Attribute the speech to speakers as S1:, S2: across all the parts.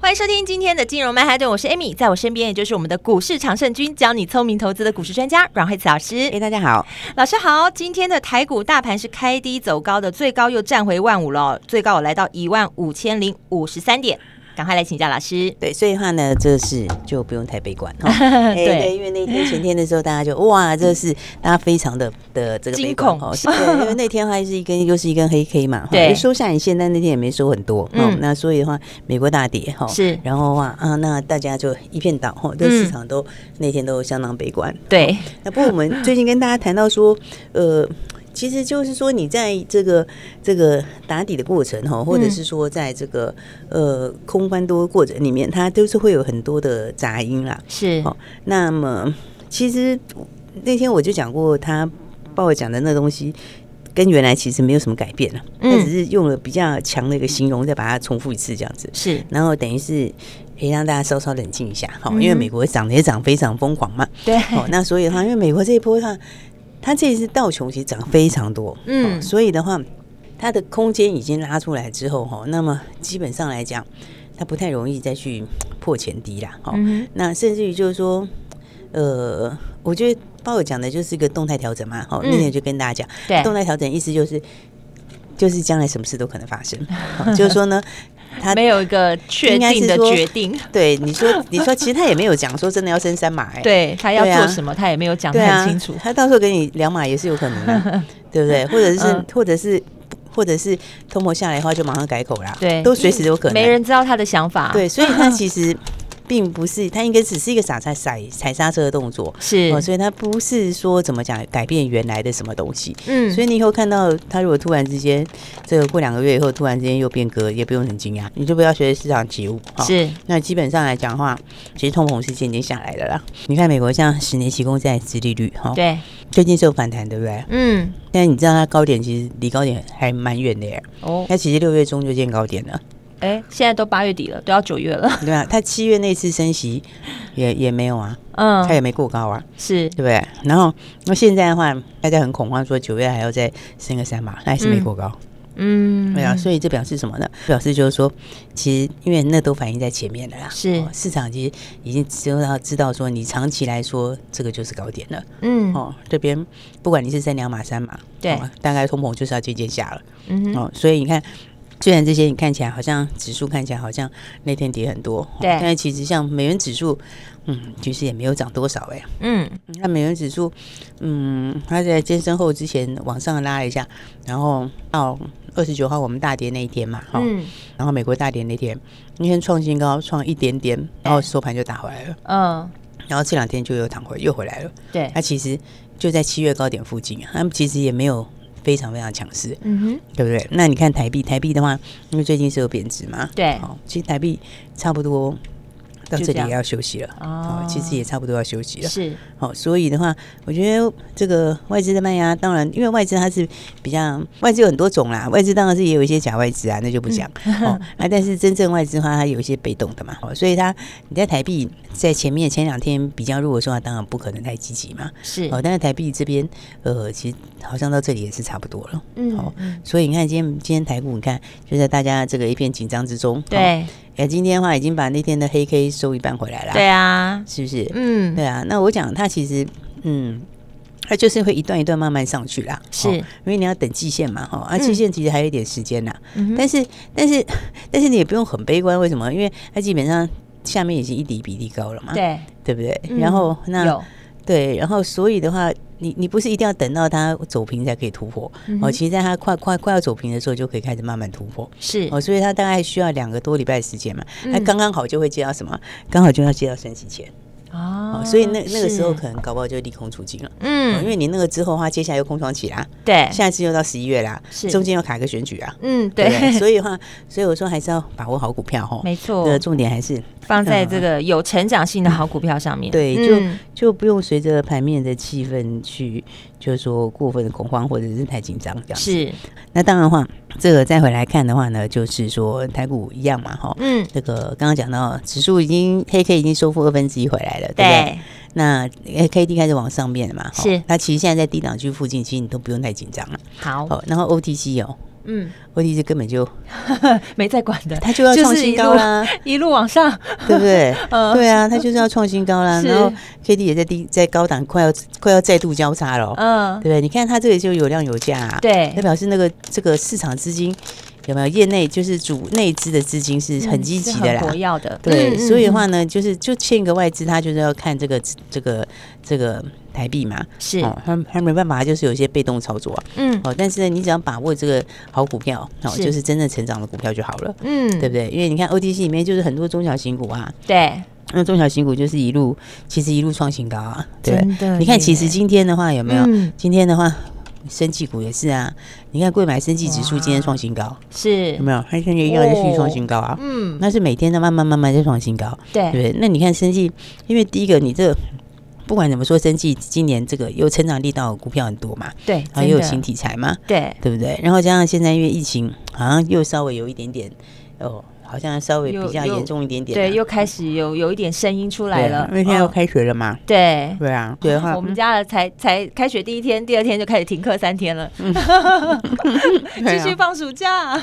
S1: 欢迎收听今天的金融曼哈顿，我是 Amy，在我身边也就是我们的股市常胜军，教你聪明投资的股市专家阮慧慈老师
S2: 哎、。大家好，
S1: 老师好，今天的台股大盘是开低走高的，最高又站回万五了，最高有来到一万五千零五十三点，赶快来请教老师。
S2: 对，所以的话呢，这是就不用太 悲观哈。哎
S1: 对
S2: 对，因为那天前天的时候，大家就哇，这是大家非常的的这个
S1: 惊
S2: 悲观
S1: 恐
S2: 哦，是对，因为那天还是一根又是一根黑 K 嘛，哈
S1: 对
S2: 就收下影线，但那天也没收很多，嗯
S1: 嗯，
S2: 那所以的话，美国大跌哈，
S1: 是嗯
S2: 然后的话啊，那大家就一片倒哈，这市场都那天都相当悲观。
S1: 对，
S2: 那不过我们最近跟大家谈到说，呃。其实就是说，你在这个这个打底的过程
S1: 嗯
S2: 哈，或者是说在这个呃空翻多过程里面，它都是会有很多的杂音啦。
S1: 是
S2: 哦，那么其实那天我就讲过，他报我讲的那东西跟原来其实没有什么改变了，他、
S1: 嗯
S2: 只是用了比较强的一个形容，再把它重复一次这样子。
S1: 是，
S2: 然后等于是可以让大家稍稍冷静一下，哈、
S1: 嗯
S2: 因为美国涨得也涨非常疯狂嘛，
S1: 对，
S2: 哦，那所以的话，因为美国这一波的话，它这一次道琼其实涨非常多，
S1: 嗯
S2: 哦所以的话，它的空间已经拉出来之后，哈、那么基本上来讲，它不太容易再去破前低啦，哈、
S1: 嗯哼
S2: 那甚至于就是说，呃，我觉得包友讲的就是一个动态调整嘛，好、哦
S1: 嗯
S2: 那天就跟大家讲，
S1: 对
S2: 动态调整意思就是，就是将来什么事都可能发生， 好就是说呢，它
S1: 没有一个确
S2: 哦应该
S1: 定
S2: 是
S1: 的
S2: 说
S1: 决定，
S2: 对你说，你说其实他也没有讲说真的要升三码、哎，
S1: 对他要
S2: 对啊
S1: 做什么，他也没有讲得
S2: 对啊
S1: 很清楚。
S2: 他到时候给你两码也是有可能的、啊 对不对？或者是、
S1: 嗯
S2: 或者是或者是通膨下来的话，就马上改口啦，
S1: 对
S2: 都随时有可能，
S1: 没人知道他的想法。
S2: 对，，所以 他其实并不是，他应该只是一个刹车踩踩刹车的动作。
S1: 是
S2: 哦，，所以它不是说怎么讲改变原来的什么东西，
S1: 嗯
S2: 所以你以后看到它如果突然之间，这个过两个月以后突然之间又变革，也不用很惊讶，你就不要学市场起舞哈。
S1: 是
S2: 那基本上来讲的话，其实通膨是渐渐下来的啦。你看美国像十年期公债殖利率哈，
S1: 对，
S2: 最近是有反弹，对不对？
S1: 嗯，
S2: 但你知道它高点其实离高点还蛮远的耶，
S1: 哦，
S2: 它其实六月中就见高点了，
S1: 哎，现在都八月底了，都要九月了，
S2: 对啊，它七月那次升息也也没有啊，它
S1: 嗯，
S2: 也没过高啊，
S1: 是
S2: 对不对？然后那现在的话，大家很恐慌说九月还要再升个三码，那还是没过高，
S1: 嗯，
S2: 对啊，所以这表示什么呢？表示就是说，其实因为那都反映在前面的啦，
S1: 是
S2: 哦市场其实已经知道知道说，你长期来说这个就是高点了
S1: 嗯，
S2: 哦。这边不管你是三两码三码，
S1: 对
S2: 哦大概通膨就是要渐渐下了。
S1: 嗯哼，
S2: 哦，所以你看，虽然这些你看起来好像指数看起来好像那天跌很多，哦
S1: 对
S2: 但是其实像美元指数，嗯，其实也没有涨多少哎、
S1: 嗯，
S2: 那美元指数，嗯，它在尖升后之前往上拉了一下，然后到二十九号我们大跌那一天嘛，哈、
S1: 嗯，
S2: 然后美国大跌那天，那天创新高，创一点点，然后收盘就打回来了，
S1: 嗯，
S2: 然后这两天就又躺回又回来了。
S1: 对，
S2: 它其实就在七月高点附近，它其实也没有非常非常强势。
S1: 嗯哼，
S2: 对不对？那你看台币，台币的话，因为最近是有贬值嘛，
S1: 对
S2: 好、其实台币差不多到
S1: 就这
S2: 这里
S1: 样
S2: 也要休息了，
S1: 哦
S2: 其实也差不多要休息了，
S1: 是，
S2: 好、所以的话，我觉得这个外资的卖压，当然，因为外资它是比较外资有很多种啦，外资当然是也有一些假外资啊，那就不讲、
S1: 嗯
S2: 哦啊，但是真正外资的话，它有一些被动的嘛，哦，所以它你在台币在前面前两天比较弱的时候，它当然不可能太积极嘛，
S1: 是，
S2: 哦，但是台币这边呃，其实好像到这里也是差不多了。
S1: 嗯
S2: 哦
S1: 嗯，
S2: 所以你看，今天今天台股，你看就在大家这个一片紧张之中，哦，
S1: 对，
S2: 哎、今天的话已经把那天的黑 K 收一半回来了，
S1: 对，啊，
S2: 是不是？
S1: 嗯，
S2: 对啊，那我讲它其实，嗯，它就是会一段一段慢慢上去啦，
S1: 是
S2: 哦因为你要等季线嘛，哈、哦，啊，季
S1: 嗯
S2: 线其实还有一点时间啦，
S1: 嗯哼
S2: 但是但是但是你也不用很悲观，为什么？因为它基本上下面已经一底比一底高了嘛，
S1: 对，
S2: 对不对？
S1: 嗯
S2: 啊然后那
S1: 有，
S2: 对，然后所以的话，你你不是一定要等到它走平才可以突破、
S1: 嗯
S2: 哦，
S1: 哼
S2: 其实在它快快快要走平的时候，就可以开始慢慢突破
S1: 是，
S2: 哦，哎所以它大概需要两个多礼拜的时间嘛，它
S1: 嗯
S2: 刚刚好就会接到什么？刚好就要接到升息前
S1: 哦
S2: 哦，所以那那个时
S1: 是
S2: 候可能搞不好就利空出尽了。哦因
S1: 嗯，
S2: 为你那个之后的话，接下来又空窗期啦，
S1: 对，
S2: 下一次又到十一月啦
S1: 是，
S2: 中间又卡一个选举啊，
S1: 嗯
S2: 对不 对，
S1: 对，
S2: 所以的话，所以我说还是要把握好股票哈。
S1: 没错，
S2: 的重点还是
S1: 放在这个有成长性的好股票上面。
S2: 嗯对
S1: 嗯
S2: 就就不用随着盘面的气氛去，就是说过分的恐慌或者是太紧张这样。
S1: 是，
S2: 那当然的话，这个再回来看的话呢，就是说台股一样嘛哈。
S1: 嗯，
S2: 这个刚刚讲到，指数已经黑 K 已经收复二分之一回来了，对不对？
S1: 对，
S2: 那呃 K D 开始往上面了嘛？齁
S1: 是
S2: 那其实现在在低档区附近，其实你都不用太紧张了。
S1: 好，
S2: 哦，然后 O T C 哦
S1: 嗯，
S2: ，O T C 根本就
S1: 没在管的，
S2: 它就要
S1: 就是
S2: 创新高啦，
S1: 一路往上，
S2: 对 不对？
S1: 呃，
S2: 对啊，它就是要创新高啦。
S1: 是
S2: 然后 K D 也在低在高档，快要快要再度交叉了哦，对
S1: 嗯，
S2: 不对？你看它这个就有量有价、啊，，
S1: 对
S2: 那，表示那个这个市场资金有没有业内就是主内资的资金是很积极的啦。
S1: 嗯活跃的，
S2: 对，
S1: 嗯
S2: 所以的，
S1: 嗯
S2: 话呢，就是就欠一个外资，它就是要看这个这个这个台币嘛，
S1: 嗯是，
S2: 哦，他他没办法，他就是有一些被动操作啊。
S1: 嗯
S2: 哦，但是呢，你只要把握这个好股票，哦，
S1: 是
S2: 就是真正成长的股票就好了，
S1: 嗯，
S2: 对不对？因为你看 OTC 里面就是很多中小型股啊，
S1: 对，
S2: 那中小型股就是一路其实一路创新高啊，对不对。
S1: 真的耶，
S2: 你看，其实今天的话有没有？
S1: 嗯
S2: 今天的话。生技股也是啊，你看贵买生技指数
S1: 哇
S2: 今天创新高，
S1: 是
S2: 有，没有？它现在要继续创新高啊，
S1: 嗯，
S2: 那是每天在慢慢慢慢在创新高。对
S1: 对，
S2: 不对？那你看生技，因为第一个你这不管怎么说，生技今年这个有成长力道的股票很多嘛，
S1: 对，
S2: 然后又有
S1: 真的
S2: 新，题材嘛，
S1: 对，
S2: 对不对？然后加上现在因为疫情好像又稍微有一点点哦，好像稍微
S1: 又
S2: 比较
S1: 又
S2: 严重一点点啊、
S1: 对，又开始有有一点声音出来
S2: 对啊
S1: 了，
S2: 因为现在要
S1: 嗯
S2: 开学了嘛。
S1: 对。
S2: 对啊，对的话，
S1: 我们
S2: 嗯
S1: 家的才才开学第一天，第二天就开始停课三 天了，
S2: 啊
S1: 继续放暑假。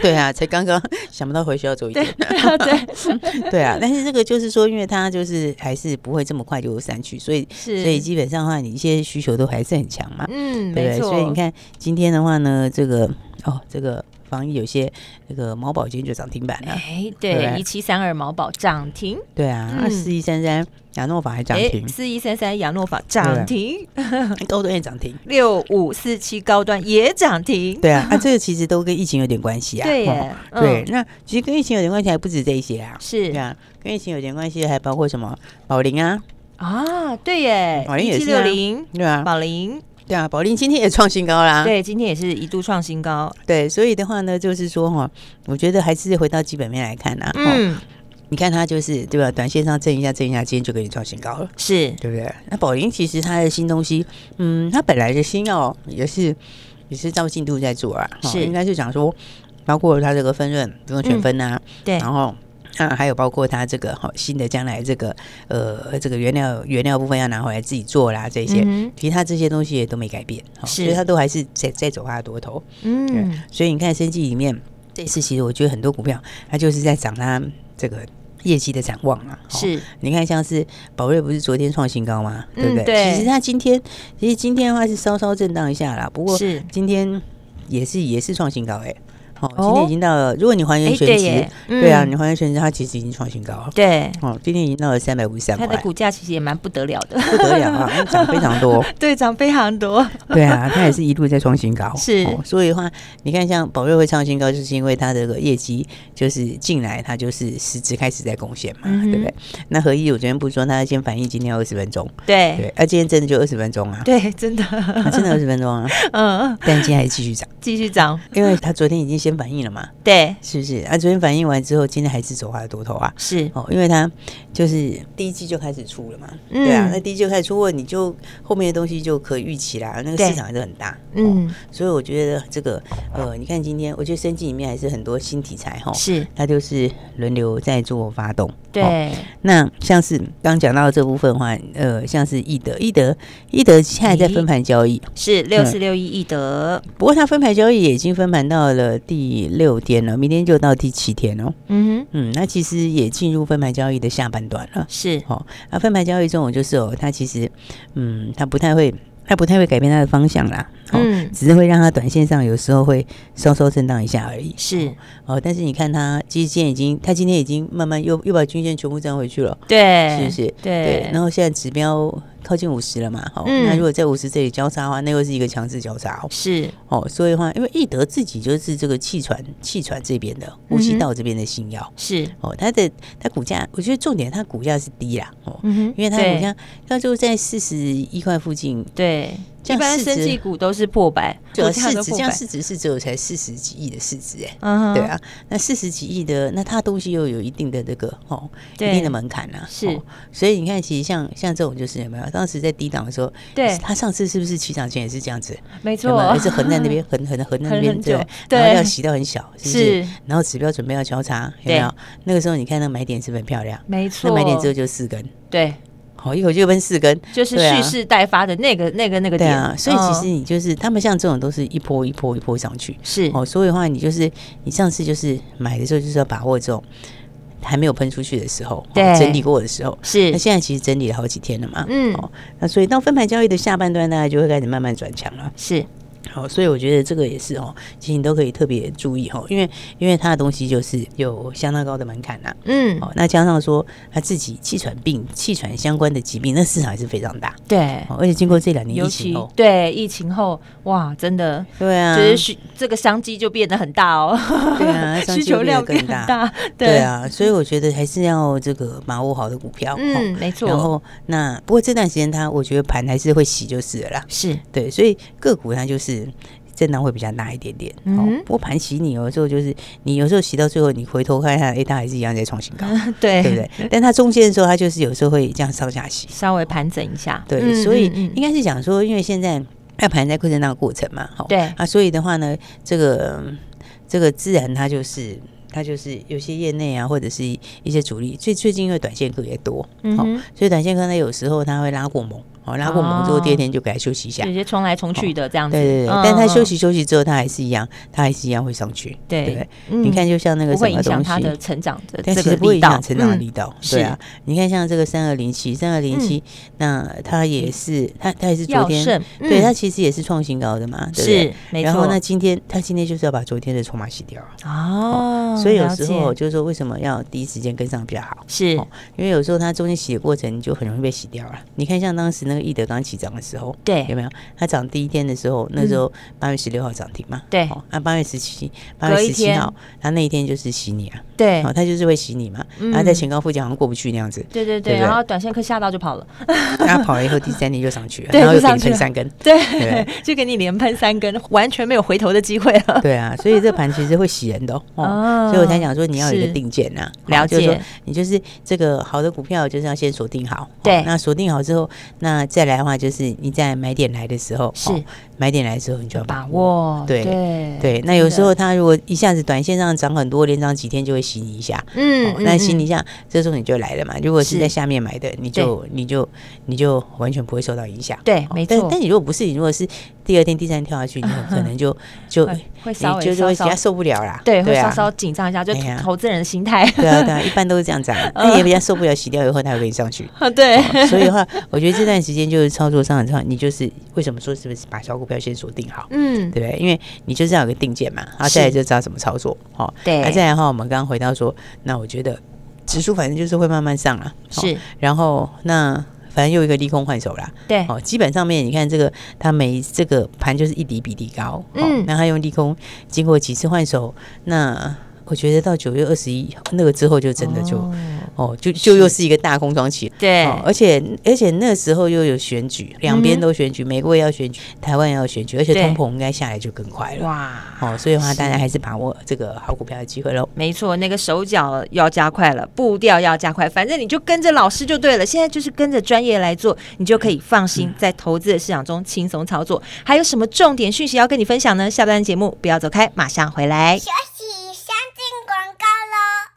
S2: 对啊，才刚刚想不到回学要走 一
S1: 对
S2: 天，
S1: 对啊对，
S2: 对啊。但是这个就是说，因为它就是还是不会这么快就散去，所以
S1: 是，
S2: 所以基本上的话，你一些需求都还是很强嘛。
S1: 嗯，
S2: 对不
S1: 没
S2: 对？
S1: 错，
S2: 所以你看今天的话呢，这个哦，这个防疫有些那个毛宝今天就涨停板了，
S1: 哎，
S2: 啊对不
S1: 对，
S2: 对
S1: 一七三二毛宝涨停，
S2: 对啊，
S1: 嗯
S2: 二四一三三亚诺法还涨停，
S1: 四一三三羊肉坊涨停，
S2: 高端也涨停，
S1: 六五四七高端也涨停，
S2: 对 啊，啊，这个其实都跟疫情有点关系啊，
S1: 对
S2: 哦
S1: 耶，
S2: 对，
S1: 嗯，
S2: 那其实跟疫情有点关系还不止这一些啊，对
S1: 是
S2: 啊，跟疫情有点关系还包括什么宝林啊，
S1: 啊，对耶，
S2: 宝林
S1: 一
S2: 也
S1: 七
S2: 是
S1: 六
S2: 啊
S1: 零。
S2: 对啊，
S1: 宝林
S2: 对啊，宝林今天也创新高啦，
S1: 对，今天也是一度创新高，
S2: 对，所以的话呢，就是说哈，我觉得还是回到基本面来看啊，哦，
S1: 嗯，
S2: 你看它就是对吧，短线上震一下震一下，今天就给你创新高了。
S1: 是
S2: 对不对？那宝林其实它的新东西，嗯，它本来的新药也是也是照进度在做啊，哦
S1: 是
S2: 应该是讲说，包括它这个分润不用全分啊，
S1: 嗯对，
S2: 然后。啊，还有包括它这个哈、哦新的将来这个呃这个原料原料部分要拿回来自己做啦，这些、
S1: 嗯
S2: 其实它这些东西也都没改变，哦
S1: 是
S2: 所以它都还是在在走它的多头。
S1: 哼嗯，
S2: 所以你看生技里面这次其实我觉得很多股票它就是在涨它这个业绩的展望啊，哦
S1: 是
S2: 你看，像是宝瑞不是昨天创新高吗？
S1: 嗯
S2: 对不对？
S1: 对
S2: 其实它今天，其实今天的话是稍稍震荡一下啦，不过
S1: 是，
S2: 今天也是也是创新高哎、好、哦，
S1: 哦
S2: 今天已经到了，如果你还原
S1: 哎，
S2: 全
S1: 对
S2: 值，
S1: 耶，
S2: 对啊，
S1: 嗯
S2: 你还原全值，它其实已经创新高了。
S1: 对，
S2: 哦，今天已经到了三百五十三
S1: 它的
S2: 块，
S1: 股价其实也蛮不得了的，
S2: 不 得了啊，因为涨非常多。
S1: 对，涨非常多，
S2: 对啊，它也是一路在创新高。
S1: 是
S2: 所以的话，你看像宝瑞会创新高，就是因为它的这个业绩就是进来，它就是实质开始在贡献嘛，
S1: 嗯哼
S2: 对不对？那合一我昨天不是说它先反应今天二十分钟。
S1: 对，
S2: 对，啊，今天真的就二十分 钟啊，
S1: 对，真的，
S2: 啊真的二十分 钟啊，
S1: 嗯，
S2: 但今天还继续涨，
S1: 继续涨，
S2: 因为他昨天已经先反应了嘛，
S1: 对，
S2: 是不是？啊，昨天反应完之后，今天还是走它的多头啊。
S1: 是，
S2: 哦，因为他就是第一季就开始出了嘛，
S1: 嗯
S2: 对啊，那第一季就开始出货，你就后面的东西就可预期啦，那个
S1: 对
S2: 市场还是很大，哦，
S1: 嗯，
S2: 所以我觉得这个呃，你看今天，我觉得生计里面还是很多新题材哈，
S1: 是，
S2: 它就是轮流在做发动，哦
S1: 对，
S2: 那像是刚讲到的这部分的话，呃，像是易德，易德，易德现在在分盘交易，
S1: 是六四六一易德，
S2: 不过它分盘交易也已经分盘到了第六天了，明天就到第七天哦。
S1: 嗯哼，
S2: 嗯，那其实也进入分盘交易的下半段了。
S1: 是，
S2: 哦，那分盘交易这种就是哦，它其实，嗯，它不太会，它不太会改变它的方向啦。哦，
S1: 嗯，
S2: 只是会让它短线上有时候会稍稍震荡一下而已。
S1: 是
S2: 哦，但是你看它，其实现在已经，它今天已经慢慢又又把均线全部站回去了。
S1: 对，
S2: 是不是？
S1: 对，
S2: 然后现在指标靠近五十了嘛，哦，
S1: 嗯
S2: 那如果在五十这里交叉的话，那又是一个强制交叉哦。
S1: 是
S2: 哦，所以的话，因为易德自己就是这个气喘气喘这边的呼
S1: 嗯
S2: 吸道这边的新药、
S1: 是，
S2: 哦，它的它股价，我觉得重点它股价是低啦哦，
S1: 嗯哼
S2: 因为它的
S1: 对
S2: 股价它就在四十一块附近，
S1: 对，
S2: 这
S1: 一
S2: 样
S1: 般
S2: 市
S1: 生
S2: 值
S1: 技股都是破百，
S2: 主
S1: 股
S2: 要
S1: 价
S2: 市
S1: 都
S2: 值
S1: 破
S2: 这样
S1: 百，
S2: 市值是只有才四十几亿的市值哎、
S1: 嗯哼，
S2: 对，啊，那四十几亿的，那它东西又有一定的这个哦，一
S1: 对
S2: 定的门槛呐、啊，
S1: 是
S2: 哦所以你看，其实像像这种就是有没有？当时在低档的时候，
S1: 对
S2: 它上次是不是起涨前也是这样子？
S1: 没
S2: 有没有
S1: 错
S2: 一，直横在 那边，横横横在那边，
S1: 很久对
S2: 对，然后要洗到很小，是不是
S1: 是？
S2: 然后指标准备要交叉，有没有？那个时候你看那个买点是不是很漂亮？
S1: 没错，
S2: 那买点之后就四根，
S1: 对，
S2: 好，一口就分四根，
S1: 就是
S2: 对啊
S1: 蓄势待发的那个、那个、那个
S2: 对
S1: 点。
S2: 啊。所以其实
S1: 嗯
S2: 你就是他们像这种都是一波一波一波上去，
S1: 是
S2: 哦，所以的话，你就是你上次就是买的时候就是要把握这种还没有喷出去的时候，哦
S1: 对
S2: 整理过的时候。那
S1: 是，
S2: 现在其实整理了好几天了嘛，
S1: 嗯
S2: 哦，那所以到分盘交易的下半段，大家就会开始慢慢转强了。
S1: 是
S2: 好，所以我觉得这个也是哦，其实你都可以特别注意哦，因为因为它的东西就是有相当高的门槛呐、
S1: 嗯，
S2: 哦，那加上说他自己气喘病、气喘相关的疾病，那市场还是非常大。
S1: 对，
S2: 哦，而且经过这两年
S1: 尤
S2: 疫
S1: 其
S2: 情后，
S1: 对疫情后，哇，真的。
S2: 对啊，
S1: 就是需这个商机就变得很大哦，
S2: 对 啊商
S1: 需
S2: 机
S1: 求
S2: 会变
S1: 量
S2: 得
S1: 变很
S2: 更大
S1: 大，
S2: 对，啊，所以我觉得还是要这个把握好的股票。
S1: 嗯，
S2: 哦，
S1: 没
S2: 然
S1: 错，
S2: 后那不过这段时间它，我觉得盘还是会洗就是了啦。
S1: 是
S2: 对，所以个股它就是震荡会比较大一点点。
S1: 嗯
S2: 哦，不过盘洗你有的时候就是你有时候洗到最后，你回头看一下，哎，它还是一样在创新 高，
S1: 对
S2: 对不对？但它中间的时候，它就是有时候会这样上下洗。
S1: 稍微盘整一下，
S2: 对，
S1: 嗯
S2: 所以
S1: 嗯嗯
S2: 应该是讲说，因为现在它盘在扩增那个过程嘛，好，
S1: 对
S2: 啊，所以的话呢，这个嗯这个自然它就是。它就是有些业内啊，或者是一些主力，最最近因为短线客也多，
S1: 嗯
S2: 好
S1: 哼
S2: 所以短线客呢有时候它会拉过猛，哦，拉过猛之后
S1: 哦
S2: 第二天就给它休息一下，
S1: 有些冲来冲去的这样子，
S2: 对对对，
S1: 嗯
S2: 但它休，
S1: 嗯
S2: 息休息之后，它还是一样，它还是一样会上去，
S1: 对
S2: 对不对？
S1: 嗯
S2: 你看，就像那个
S1: 不
S2: 什
S1: 会
S2: 么
S1: 影响
S2: 东
S1: 它的
S2: 西，
S1: 成长的
S2: 但
S1: 这个
S2: 其实不会
S1: 力
S2: 影响
S1: 道，
S2: 成长的
S1: 嗯
S2: 力道，
S1: 是嗯
S2: 对啊。你看像这个三二零七，三二零七，那它也是，它它也是昨
S1: 要
S2: 天，
S1: 胜，嗯
S2: 对，它其实也是创新高的嘛，对不对
S1: 是没
S2: 然后
S1: 错，
S2: 那今天，它今天就是要把昨天的筹码洗掉啊，
S1: 哦，
S2: 所以有
S1: 了
S2: 时候
S1: 解
S2: 就是说，为什么要第一时间跟上比较好？
S1: 是
S2: 哦因为有时候它中间洗的过程，你就很容易被洗掉了。你看，像当时那个易德刚起涨的时候，有
S1: 对嗯
S2: 没有？它涨第一天的时候，那时候八月十六号涨停嘛，
S1: 对
S2: 哦，那八月十七、八
S1: 哎隔
S2: 月
S1: 一
S2: 十七
S1: 天
S2: 号，它那一天就是洗你啊，
S1: 对嗯
S2: 哦，它就是会洗你嘛，然后在前高附近好像过不去那 样子，
S1: 对对
S2: 对
S1: 对，
S2: 不对
S1: 然后短线客吓到就跑了，
S2: 它跑了以后第三天就上去了，
S1: 对
S2: 然后又
S1: 就
S2: 给
S1: 上
S2: 你
S1: 去
S2: 喷
S1: 了
S2: 三根，
S1: 对，就给你连喷三根，完全没有回头的机会了。
S2: 对啊，所以这盘其实会洗 人的哦，哦
S1: 哦
S2: 所以我才讲说你要有一
S1: 是
S2: 个定见呐、哦
S1: 了
S2: 就是说
S1: 解
S2: 你就是这个好的股票就是要先锁定好，哦
S1: 对
S2: 那锁定好之后，那再来的话就是你在买点来的时候，哦
S1: 是
S2: 买点来的时候你就要把
S1: 把
S2: 握。
S1: 握，
S2: 对
S1: 对
S2: 对，那有时候它如果一下子短线上涨很多，连涨几天就会洗你一下，
S1: 嗯
S2: 哦，那洗
S1: 心
S2: 你一
S1: 里
S2: 下，这时候你就来了嘛。如果是
S1: 是
S2: 在下面买的，你就你就你就完全不会受到影响。
S1: 对
S2: 哦
S1: 没
S2: 但
S1: 错
S2: 但你如果不是，你如果是第二天、第三天跳下去，你很可 能就就
S1: 会嗯会呃
S2: 你
S1: 稍微
S2: 就就
S1: 稍
S2: 会比
S1: 稍
S2: 较受不了啦。
S1: 对会
S2: 啊
S1: 稍稍紧张一下，就
S2: 哎呀
S1: 投资人的心态，
S2: 对啊，对啊，一般都是这样 子啊。那也比较受不了，洗掉以后它会给你上去。
S1: 对，
S2: 所以的话，我觉得这段时间就是操作上的话，你就是为什么说是不是把小股票先锁定好，
S1: 嗯
S2: 对，不对？因为你就是要有个定见嘛，然后再来
S1: 是
S2: 就知道怎么操作。哦好，
S1: 对
S2: 那啊再来的话，我们刚刚回到说，那我觉得指数反正就是会慢慢上啦。哦
S1: 是，
S2: 然后那。反正又一个利空换手啦，
S1: 对，
S2: 哦，基本上面你看这个，它每一这个盘就是一底比底高，哦、
S1: 嗯
S2: 那它用利空经过几次换手，那我觉得到九月二十一那个之后就真的就
S1: 哦
S2: 哦，就就又是一个大空窗期。
S1: 对嗯
S2: 哦，而且而且那时候又有选举，两边都选举，美国也要选举，台湾也要选举，而且
S1: 对
S2: 通膨应该下来就更快了。
S1: 哇，
S2: 哦，所以的话，
S1: 是
S2: 大家还是把握这个好股票的机会喽。
S1: 没错，那个手脚要加快了，步调要加快，反正你就跟着老师就对了。现在就是跟着专业来做，你就可以放心在投资的市场中轻松操作。还有什么重点讯息要跟你分享呢？下半节目不要走开，马上回来。
S3: 休息，先进广告喽。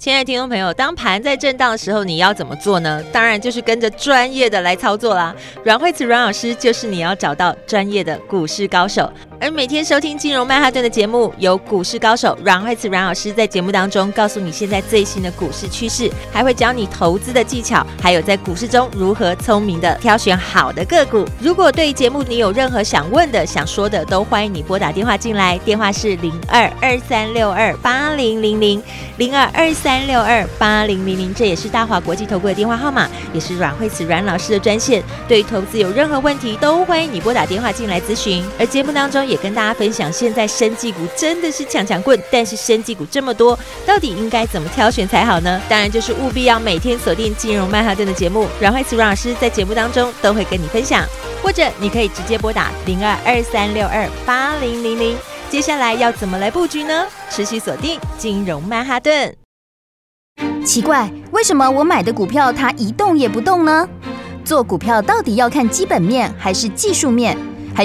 S1: 亲爱的听众朋友，当盘在震荡的时候，你要怎么做呢？当然就是跟着专业的来操作啦。阮慧慈阮老师就是你要找到专业的股市高手。而每天收听金融曼哈顿的节目，由股市高手阮慧慈阮老师在节目当中告诉你现在最新的股市趋势，还会教你投资的技巧，还有在股市中如何聪明的挑选好的个股。如果对节目你有任何想问的、想说的，都欢迎你拨打电话进来，电话是零二二三六二八零零零零二二三六二八零零零，这也是大华国际投顾的电话号码，也是阮慧慈阮老师的专线。对于投资有任何问题，都欢迎你拨打电话进来咨询。而节目当中也跟大家分享，现在生技股真的是抢抢棍，但是生技股这么多，到底应该怎么挑选才好呢？当然就是务必要每天锁定金融曼哈顿的节目，阮慧慈阮老师在节目当中都会跟你分享，或者你可以直接拨打零二二三六二八零零零。接下来要怎么来布局呢？持续锁定金融曼哈顿。
S4: 奇怪，为什么我买的股票它一动也不动呢？做股票到底要看基本面，还是技术面，还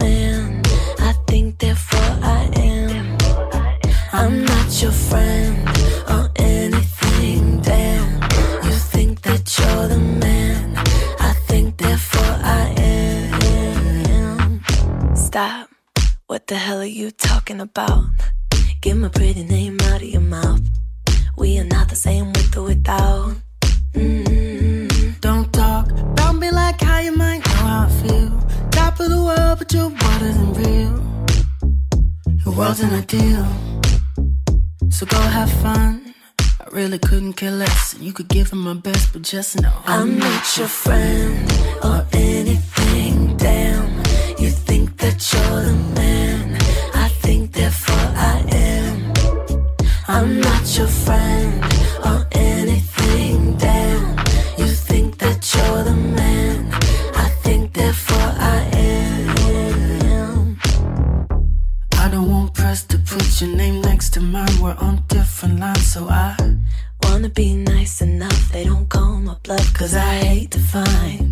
S5: man. I think therefore I am. I'm not your friend or anything. Damn, you think that you're the man. I think therefore I am. Stop. What the hell are you talking about? Get my pretty name out of your mouth. We are not the same with or without. Mm-mm.
S6: Don't talk about me like how you might know how I feel. Top of the world, but your world isn't real. Your world's an ideal. So go have fun. I really couldn't care less. You could give him my best, but just know
S5: I'm not your friend or anything. Damn, you think that you're the man. I think therefore I am. I'm not your friend or anything. Damn, you think that you're the man. I think therefore I am.
S6: I don't want press to put your name next to mine. We're on different lines, so I.
S5: Wanna be nice enough, they don't call my bluff, cause I hate to find.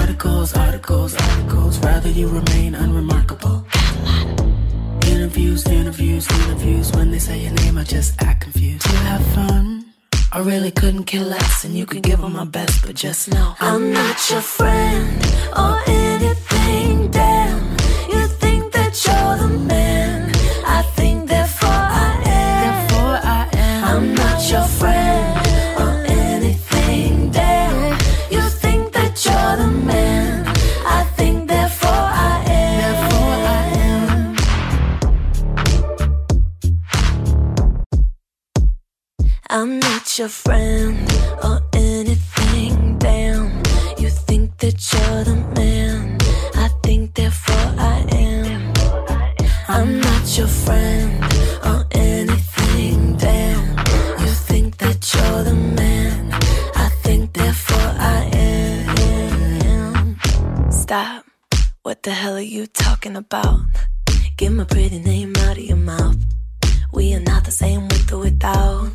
S6: Articles, articles, articles. Rather you remain unremarkable. Interviews, interviews, interviews. When they say your name, I just act confused. You have fun. I really couldn't care less, and you could give them my best, but just know I'm
S5: I'm not your friend or anything. Damn, you think that you're the man. I think therefore I am.
S6: therefore I am.
S5: I'm not your friend or anything. Damn, you think that you're the man. I think therefore I am. Therefore I am. I'm not your friend or anything. Damn, you think that you're the man. I think therefore I am. I'm not your friend or anything. Damn, you think that you're the man. I think therefore I am. Stop. What the hell are you talking about? Get my pretty name out of your mouth. We are not the same with or without.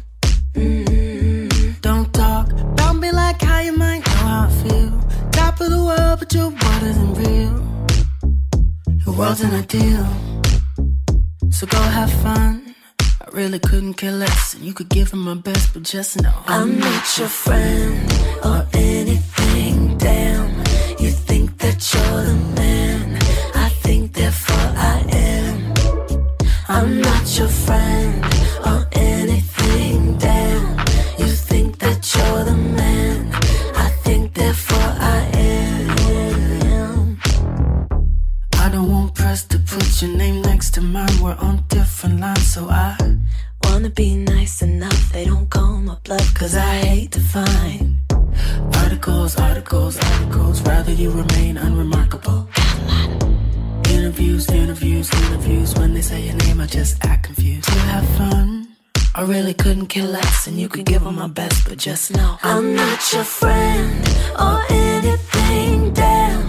S5: Mm-mm.
S6: Don't talk about me like how you might know how I feel. Top of the world, but your world isn't real. Your world's an ideal. So go have fun. I really couldn't care less. And you could give him my best, but just know
S5: I'm not your friend or anything. Damn, you think that you're the man. I think therefore I am. I'm not your friend or anything. Damn, you think that you're the man. I think therefore I am.
S6: I don't want press to put your name next to mine. We're call bluff, cause I hate to find articles, articles, articles. Rather you remain unremarkable. Interviews, interviews, interviews. When they say your name, I just act confused. You have fun. I really couldn't care less, and you could give them my best, but just know
S5: I'm not your friend or anything. Damn,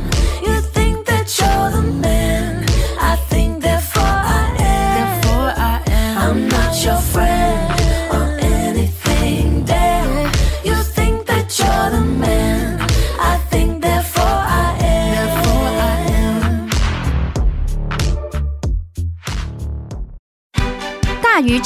S5: you think that you're the man. I think therefore I am.
S6: Therefore, I am.
S5: I'm not your friend or anything. Damn, you think that you're the man. I think therefore I am. Therefore I am.
S4: 大鱼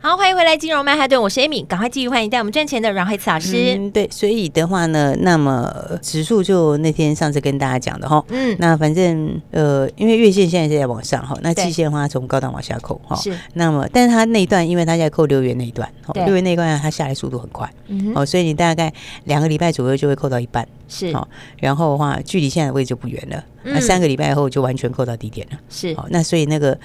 S1: 好，欢迎回来，金融曼哈顿，我是 Amy，赶快继续欢迎带我们赚钱的阮慧慈老师。
S2: 嗯，对，所以的话呢，那么指数就那天上次跟大家讲的哈，
S1: 嗯，
S2: 那反正呃，因为月线现在是在往上哈，那
S1: 对
S2: 季线的话从高档往下扣哈，
S1: 是，
S2: 那么但是它那一段，因为它在扣六元那一段，哈
S1: 对
S2: 六元那一段它下来速度很快
S1: 嗯哼，
S2: 哦，所以你大概两个礼拜左右就会扣到一半，
S1: 是
S2: 好然后的话距离现在的位置就不远了，那
S1: 嗯
S2: 三个礼拜后就完全扣到低点了。
S1: 是，哦
S2: 好，那所以那个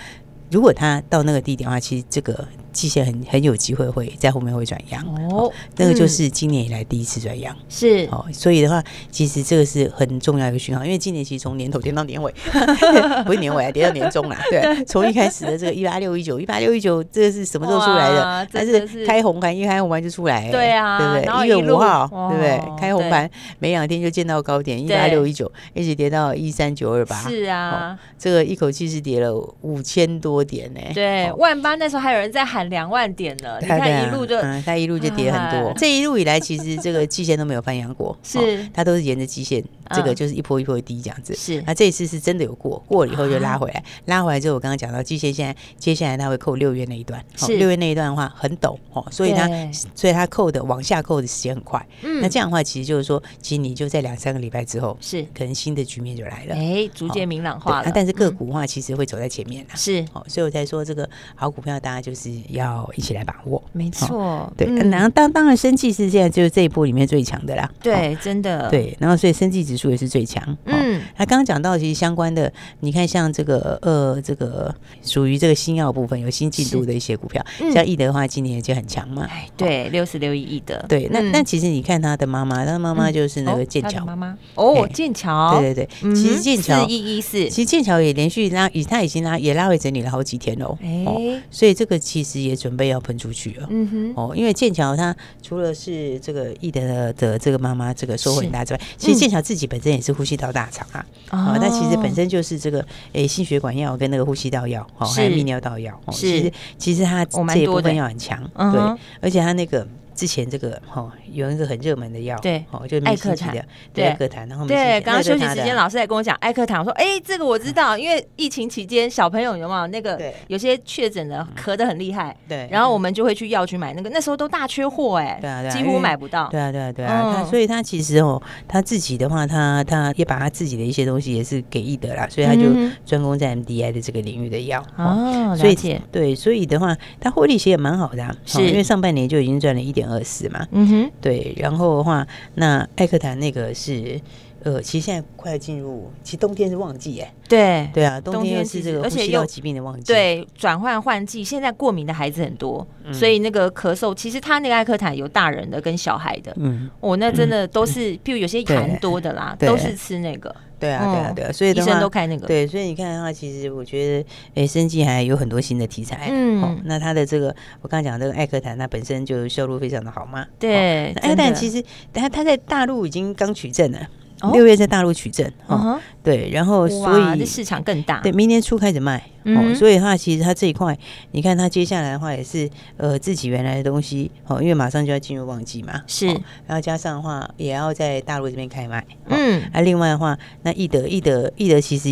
S2: 如果它到那个地点的话，其实这个季线很很有机会会在后面会转阳，
S1: 哦，
S2: 那个就
S1: 嗯
S2: 是今年以来第一次转阳。
S1: 是
S2: 哦，所以的话，其实这个是很重要的一个讯号，因为今年其实从年头跌到年尾， 不是年尾啊，跌到年终啦。对，从一开始的这个一八六一九，一八六一九，这个是什么时候出来
S1: 哇
S2: 的？它
S1: 真的是
S2: 是开红盘，一开红盘就出来、
S1: 对啊
S2: 对不
S1: 然后
S2: 对？一月
S1: 一路
S2: 五号，
S1: 哦
S2: 对不对？开红盘没两天就见到高点一八六一九，一直跌到一三九二八，
S1: 是啊，
S2: 这个一口气是跌了五千多点呢、
S1: 对，
S2: 哦
S1: 万八那时候还有人在喊两万点呢，你
S2: 对啊对
S1: 看
S2: 啊
S1: 一路就
S2: 嗯，它一路就跌很多
S1: 哎。
S2: 这一路以来，其实这个季线都没有翻阳过，
S1: 是
S2: 哦它都是沿着季线，
S1: 嗯
S2: 这个就是一波一波的低这样子。
S1: 是啊
S2: 那这一次是真的有过，过了以后就拉回来，拉回来之后，我刚刚讲到季线现在接下来它会扣六月那一段，哦
S1: 是
S2: 六月那一段的话很陡哦，所以它
S1: 对
S2: 所以它扣的往下扣的时间很快。
S1: 嗯
S2: 那这样的话，其实就是说，其实你就在两三个礼拜之后，
S1: 是，
S2: 可能新的局面就来了。
S1: 哎，逐渐明朗
S2: 啊对
S1: 化
S2: 啊
S1: 了，
S2: 但是个
S1: 嗯
S2: 股的话，其实会走在前面啦。
S1: 是
S2: 哦，所以我才说这个好股票，大家就是要一起来把握。
S1: 没错，
S2: 对，
S1: 嗯
S2: 然后当当然，生技是现在就是这一波里面最强的啦。哦
S1: 对，真的，，
S2: 对，然后所以生技指数也是最强。嗯，
S1: 嗯，
S2: 那刚刚讲到其实相关的，你看像这个呃这个属于这个新药部分有新进度的一些股票，
S1: 嗯
S2: 像易德的话，今年也就很强嘛。
S1: 哎，对，六十六亿的，
S2: 对，那、
S1: 嗯
S2: 那其实你看他的妈妈，他妈妈就是那个
S1: 哦
S2: 剑
S1: 他的
S2: 桥，
S1: 妈妈，哦，
S2: 哎
S1: 剑桥，嗯
S2: 对对对，其实剑桥
S1: 四，一一四，
S2: 其实剑桥也连续拉，已他已经拉也拉回整理了好几天喽。哦，
S1: 哎，
S2: 所以这个其实也准备要喷出去了。
S1: 嗯哼，
S2: 哦，因为剑桥它除了是这个易德的的这个妈妈这个收获很大之外，
S1: 是嗯
S2: 其实剑桥自己本身也是呼吸道大厂啊，哦，那其实本身就是这个诶、心血管药跟那个呼吸道药，哦，还有
S1: 是
S2: 泌尿道药，哦，
S1: 是
S2: 其实其实它
S1: 哦蛮
S2: 这一
S1: 多
S2: 部
S1: 的
S2: 分药很强，
S1: 嗯
S2: 对
S1: 哼，
S2: 而且它那个。之前这个哦，有一个很热门的药，
S1: 对
S2: 哦，就是
S1: 艾
S2: 明星
S1: 克
S2: 级
S1: 坦
S2: 的，
S1: 对
S2: 对，艾克坦，然后明星
S1: 对，
S2: 级
S1: 刚刚
S2: 那
S1: 休
S2: 就是
S1: 息
S2: 它
S1: 时
S2: 的嗯
S1: 间，老师在跟我讲，艾克堂说，哎，这个我知道，因为疫情期间小朋友有没有那个
S2: 对嗯
S1: 有些确诊的咳得很厉害，
S2: 对，嗯
S1: 然后我们就会去药局买那个，那时候都大缺货，哎，
S2: 对啊对啊
S1: 几
S2: 因
S1: 乎
S2: 为
S1: 买不到，
S2: 对啊，对啊，对啊。
S1: 嗯
S2: 他所以他其实哦，他自己的话，他他也把他自己的一些东西也是给易德啦，所以他就
S1: 嗯哼
S2: 专攻在 MDI 的这个领域的药。哦
S1: 哦，
S2: 所
S1: 了
S2: 以
S1: 解，
S2: 对，所以的话，他获利其实也蛮好的、啊，哦
S1: 是
S2: 因为上半年就已经赚了1.2点二四嘛，
S1: 嗯哼，
S2: 对，然后的话，那艾克坦那个是，呃，其实现在快要进入，其实冬天是旺季耶，
S1: 对
S2: 对啊，冬
S1: 冬天
S2: 天又
S1: 其
S2: 是
S1: 实
S2: 这个
S1: 而
S2: 呼
S1: 且
S2: 吸
S1: 又
S2: 道疾病的旺季，，
S1: 对，转换换季，现在过敏的孩子很多，
S2: 嗯
S1: 所以那个咳嗽，其实他那个艾克坦有大人的跟小孩的，
S2: 嗯，
S1: 哦，那真的都是，譬如有些
S2: 对
S1: 痰多的啦，
S2: 对
S1: 都是吃那个，
S2: 对啊，对啊，对啊，
S1: 嗯
S2: 所以
S1: 医
S2: 的
S1: 生
S2: 话
S1: 都，开那个，
S2: 对，所以你看的话，其实我觉得，诶，生计还有很多新的题材，
S1: 嗯
S2: 哦，那它的这个，我刚刚讲这个艾克坦，它本身就销路非常的好嘛，哦
S1: 对，
S2: 那艾克坦其
S1: 实，
S2: 实它它在大陆已经刚取证了
S1: 哦，
S2: 六月在大陆取证，
S1: 嗯
S2: 哦，
S1: 哼
S2: 对，然后所
S1: 哇，这
S2: 以
S1: 市场更大，
S2: 对，明年初开始卖。
S1: 啊嗯
S2: 哦，所以它其实它这一块，你看它接下来的话也是呃自己原来的东西哦，因为马上就要进入旺季嘛，
S1: 是
S2: 哦然后加上的话也要在大陆这边开卖，哦、
S1: 嗯，
S2: 啊，另外的话，那易德、易德、易德其实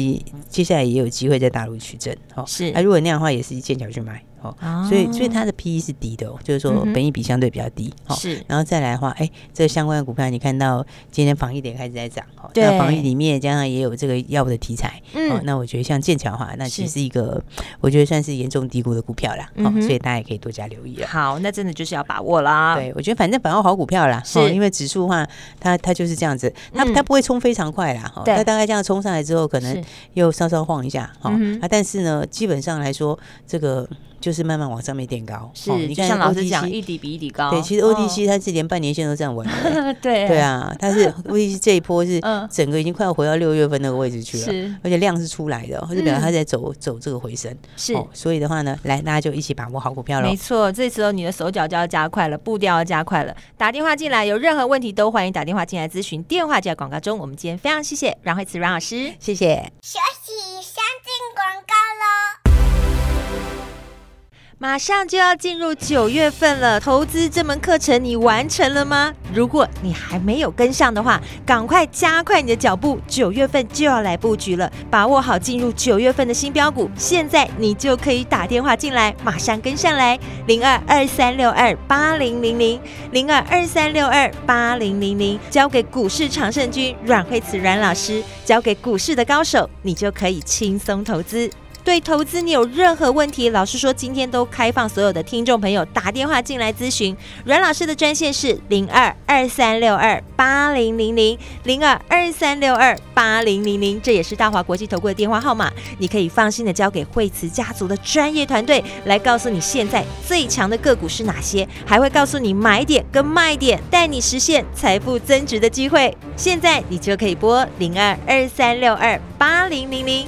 S2: 接下来也有机会在大陆取证，哦，
S1: 是
S2: 啊，如果那样的话，也是剑桥去买，哦，
S1: 啊
S2: 所以所以它的 PE 是低的哦，就
S1: 嗯
S2: 是说
S1: 哼
S2: 本益比相对比较低，哦，
S1: 是
S2: 然后再来的话，哎，这相关的股票你看到今天防疫的也开始在涨，哦，
S1: 对
S2: 那防疫里面加上也有这个药物的题材，
S1: 嗯
S2: 哦，那我觉得像剑桥的话，那其
S1: 是
S2: 实是一个我觉得算是严重低估的股票啦，
S1: 嗯
S2: 哦，
S1: 哼
S2: 所以大家也可以多加留意啊。
S1: 好，那真的就是要把握啦，
S2: 对，我觉得反正把握好股票啦，
S1: 是
S2: 哦因为指数的话，它它就是这样子，它、
S1: 嗯
S2: 它不会冲非常快啦，哦，
S1: 对
S2: 它大概这样冲上来之后，可能
S1: 是
S2: 又稍稍晃一下，哦、
S1: 嗯哼
S2: 啊，但是呢，基本上来说，这个就是慢慢往上面垫高，哦
S1: 是，就像老师讲，
S2: OTC
S1: 一底比一底高，
S2: 对，其实
S1: 哦呃
S2: OTC 它是连半年线都站稳了、
S1: 对
S2: 对，啊，它是 OTC 这一波是
S1: 哎嗯
S2: 整个已经快要回到六月份那个位置去了，
S1: 是嗯
S2: 而且量是出来的哦，就表示它在走、走这个回升，
S1: 是。
S2: 哦，所以的话呢，来大家就一起把握好股票喽
S1: 没。错，这时候你的手脚就要加快了，步调要加快了。打电话进来，有任何问题都欢迎打电话进来咨询，电话就在广告中。我们今天非常谢谢阮慧慈阮老师。
S2: 谢谢。
S3: 学习先进广告喽。
S1: 马上就要进入九月份了，投资这门课程你完成了吗？如果你还没有跟上的话，赶快加快你的脚步，九月份就要来布局了，把握好进入九月份的新标股。现在你就可以打电话进来，马上跟上来，零二二三六二八零零零零二二三六二八零零零，交给股市常胜军阮慧慈阮老师，交给股市的高手，你就可以轻松投资。对投资你有任何问题，老师说今天都开放所有的听众朋友打电话进来咨询。阮老师的专线是零二二三六二八零零零零二二三六二八零零零，这也是大华国际投顾的电话号码。你可以放心的交给惠慈家族的专业团队来告诉你现在最强的个股是哪些，还会告诉你买点跟卖点，带你实现财富增值的机会。现在你就可以拨零二二三六二八零零零。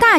S4: 大